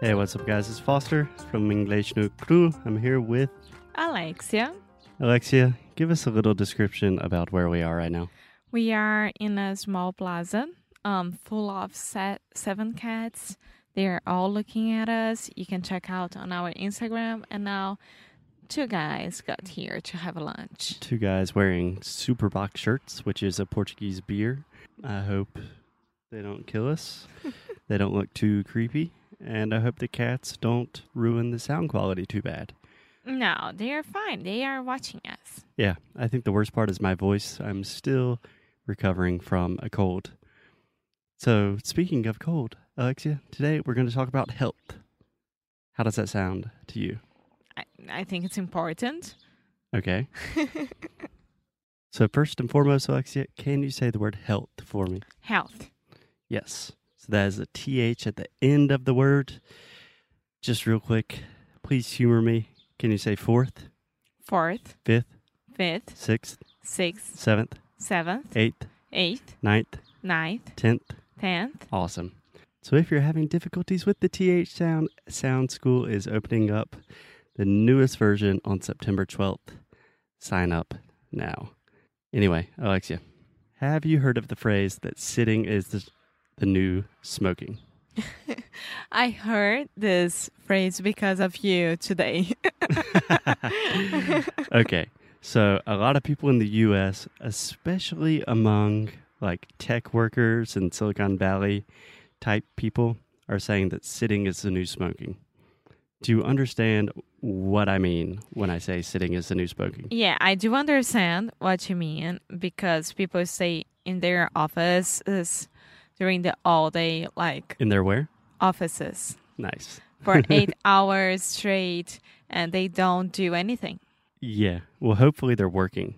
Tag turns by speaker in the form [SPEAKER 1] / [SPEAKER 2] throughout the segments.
[SPEAKER 1] Hey, what's up, guys? It's Foster from English No Crew. I'm here with
[SPEAKER 2] Alexia.
[SPEAKER 1] Alexia. Give us a little description about where we are right now.
[SPEAKER 2] We are in a small plaza um, full of set, seven cats. They're all looking at us. You can check out on our Instagram. And now, two guys got here to have lunch.
[SPEAKER 1] Two guys wearing Superbox shirts, which is a Portuguese beer. I hope they don't kill us. they don't look too creepy. And I hope the cats don't ruin the sound quality too bad.
[SPEAKER 2] No, they are fine. They are watching us.
[SPEAKER 1] Yeah, I think the worst part is my voice. I'm still recovering from a cold. So, speaking of cold, Alexia, today we're going to talk about health. How does that sound to you?
[SPEAKER 2] I, I think it's important.
[SPEAKER 1] Okay. so, first and foremost, Alexia, can you say the word health for me?
[SPEAKER 2] Health.
[SPEAKER 1] Yes. So, that is a TH at the end of the word. Just real quick, please humor me. Can you say fourth,
[SPEAKER 2] Fourth,
[SPEAKER 1] fifth,
[SPEAKER 2] fifth,
[SPEAKER 1] sixth,
[SPEAKER 2] sixth,
[SPEAKER 1] seventh,
[SPEAKER 2] seventh,
[SPEAKER 1] eighth,
[SPEAKER 2] eighth,
[SPEAKER 1] ninth,
[SPEAKER 2] ninth,
[SPEAKER 1] tenth?
[SPEAKER 2] tenth.
[SPEAKER 1] Awesome. So if you're having difficulties with the TH sound, Sound School is opening up the newest version on September 12th. Sign up now. Anyway, Alexia, have you heard of the phrase that sitting is the, the new smoking?
[SPEAKER 2] I heard this phrase because of you today.
[SPEAKER 1] okay. So, a lot of people in the US, especially among like tech workers and Silicon Valley type people, are saying that sitting is the new smoking. Do you understand what I mean when I say sitting is the new smoking?
[SPEAKER 2] Yeah, I do understand what you mean because people stay in their offices during the all day like
[SPEAKER 1] In their where?
[SPEAKER 2] offices
[SPEAKER 1] Nice.
[SPEAKER 2] for 8 hours straight and they don't do anything.
[SPEAKER 1] Yeah. Well, hopefully they're working.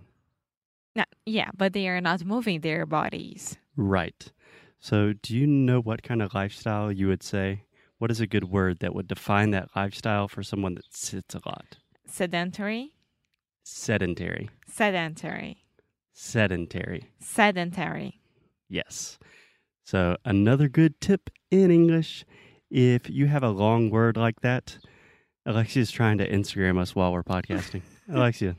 [SPEAKER 2] No, yeah, but they are not moving their bodies.
[SPEAKER 1] Right. So, do you know what kind of lifestyle you would say? What is a good word that would define that lifestyle for someone that sits a lot?
[SPEAKER 2] Sedentary,
[SPEAKER 1] Sedentary.
[SPEAKER 2] sedentary,
[SPEAKER 1] sedentary.
[SPEAKER 2] sedentary.
[SPEAKER 1] Yes. So, another good tip in English if you have a long word like that, Alexia's trying to Instagram us while we're podcasting. Alexia,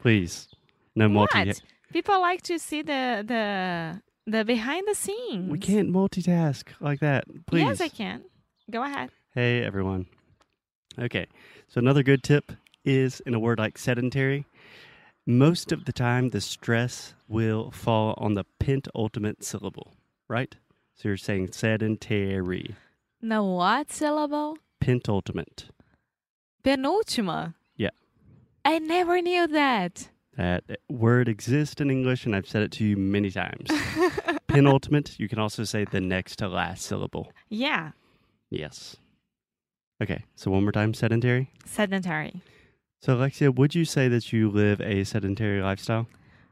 [SPEAKER 1] please, no multi.
[SPEAKER 2] What? People like to see the the the behind the scenes.
[SPEAKER 1] We can't multitask like that. Please.
[SPEAKER 2] Yes, I can. Go ahead.
[SPEAKER 1] Hey, everyone. Okay, so another good tip is in a word like sedentary, most of the time the stress will fall on the penultimate syllable, right? So you're saying sedentary,
[SPEAKER 2] Now what syllable?
[SPEAKER 1] penultimate.
[SPEAKER 2] Penultima.
[SPEAKER 1] Yeah.
[SPEAKER 2] I never knew that.
[SPEAKER 1] That word exists in English, and I've said it to you many times. penultimate, you can also say the next to last syllable.
[SPEAKER 2] yeah.
[SPEAKER 1] Yes. Okay, so one more time sedentary.
[SPEAKER 2] Sedentary.
[SPEAKER 1] So, Alexia, would you say that you live a sedentary lifestyle?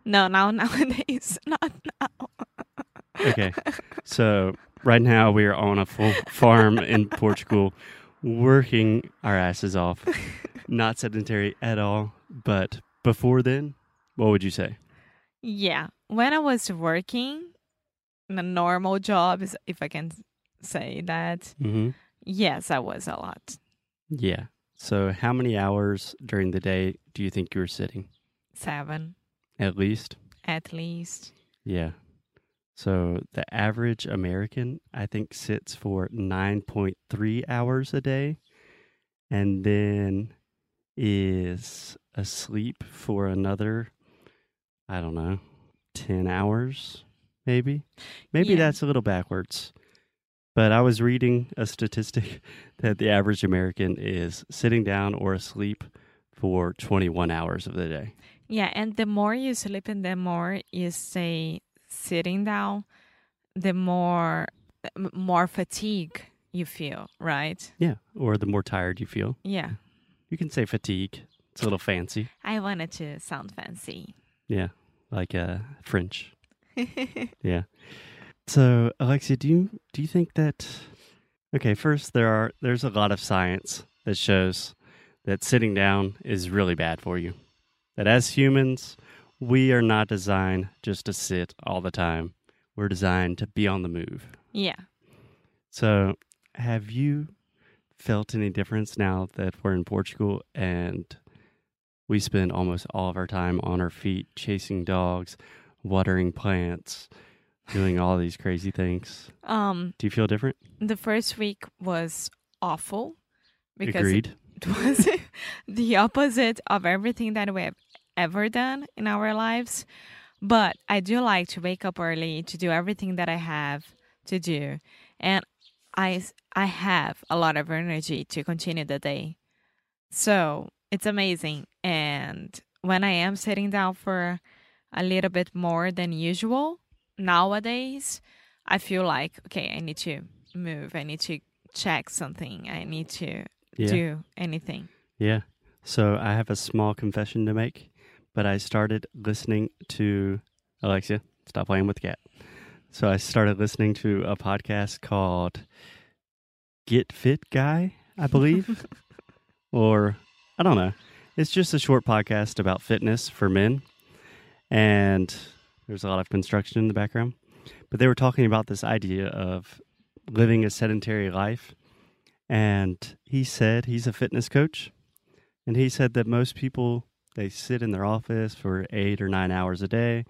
[SPEAKER 2] No, now nowadays not now.
[SPEAKER 1] Okay. So right now we are on a full farm in Portugal, working our asses off. Not sedentary at all. But before then, what would you say?
[SPEAKER 2] Yeah. When I was working in a normal job, is- if I can say that,
[SPEAKER 1] Mm-hmm.
[SPEAKER 2] yes, I was a lot.
[SPEAKER 1] Yeah. So how many hours during the day do you think you were sitting?
[SPEAKER 2] Seven
[SPEAKER 1] At least.
[SPEAKER 2] at least.
[SPEAKER 1] Yeah. So the average American, I think, sits for 9.3 hours a day and then is asleep for another, I don't know, 10 hours, maybe. Maybe
[SPEAKER 2] Yeah.
[SPEAKER 1] that's a little backwards. But I was reading a statistic that the average American is sitting down or asleep for 21 hours of the day.
[SPEAKER 2] Yeah, and the more you sleep and the more you stay sitting down, the more m- more fatigue you feel, right?
[SPEAKER 1] Yeah. Or the more tired you feel.
[SPEAKER 2] Yeah.
[SPEAKER 1] You can say fatigue. It's a little fancy.
[SPEAKER 2] I wanted to sound fancy.
[SPEAKER 1] Yeah. Like uh French. Yeah. So Alexia, do you do you think that okay, first there are there's a lot of science that shows that sitting down is really bad for you. That as humans, we are not designed just to sit all the time. We're designed to be on the move.
[SPEAKER 2] yeah.
[SPEAKER 1] So have you felt any difference now that we're in Portugal and we spend almost all of our time on our feet chasing dogs, watering plants, doing all these crazy things.
[SPEAKER 2] Um,
[SPEAKER 1] Do you feel different?
[SPEAKER 2] the first week was awful because it
[SPEAKER 1] Agreed.
[SPEAKER 2] it was the opposite of everything that we have ever done in our lives. But I do like to wake up early to do everything that I have to do, and I s- I have a lot of energy to continue the day. So it's amazing. And when I am sitting down for a little bit more than usual nowadays, I feel like okay, I need to move. I need to check something. I need to
[SPEAKER 1] Yeah.
[SPEAKER 2] do anything.
[SPEAKER 1] Yeah. So I have a small confession to make, but I started listening to Alexia, stop playing with the cat. So I started listening to a podcast called Get Fit Guy, I believe, or I don't know. It's just a short podcast about fitness for men. And there's a lot of construction in the background. But they were talking about this idea of living a sedentary life. And he said he's a fitness coach. And he said that most people they sit in their office for eight or nine hours a day,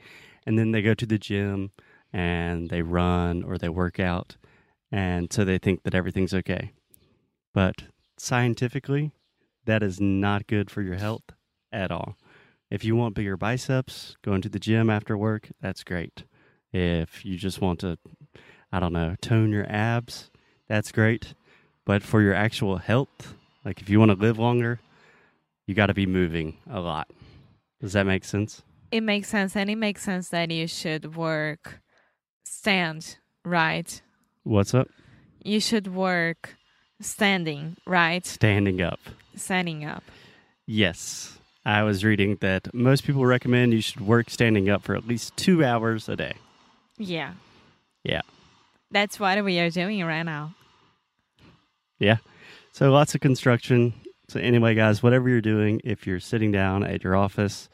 [SPEAKER 1] and then they go to the gym and they run or they work out, and so they think that everything's okay. But scientifically, that is not good for your health at all. If you want bigger biceps, going to the gym after work, that's great. If you just want to, I don't know, tone your abs, that's great. But for your actual health, like if you want to live longer, you got to be moving a lot. Does that make sense?
[SPEAKER 2] It makes sense, and it makes sense that you should work stand, right?
[SPEAKER 1] What's up?
[SPEAKER 2] You should work standing, right?
[SPEAKER 1] Standing up.
[SPEAKER 2] Standing up.
[SPEAKER 1] Yes. I was reading that most people recommend you should work standing up for at least two hours a day.
[SPEAKER 2] Yeah.
[SPEAKER 1] Yeah.
[SPEAKER 2] That's what we are doing right now.
[SPEAKER 1] Yeah. So lots of construction. So, anyway, guys, whatever you're doing, if you're sitting down at your office,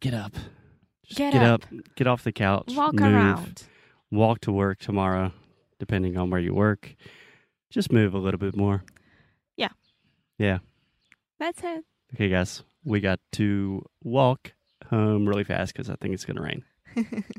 [SPEAKER 1] get up. Just
[SPEAKER 2] Get
[SPEAKER 1] up. Get off the couch.
[SPEAKER 2] Walk
[SPEAKER 1] move,
[SPEAKER 2] around.
[SPEAKER 1] Walk to work tomorrow, depending on where you work. Just move a little bit more.
[SPEAKER 2] That's it.
[SPEAKER 1] Okay, guys, we got to walk home really fast because I think it's going to rain.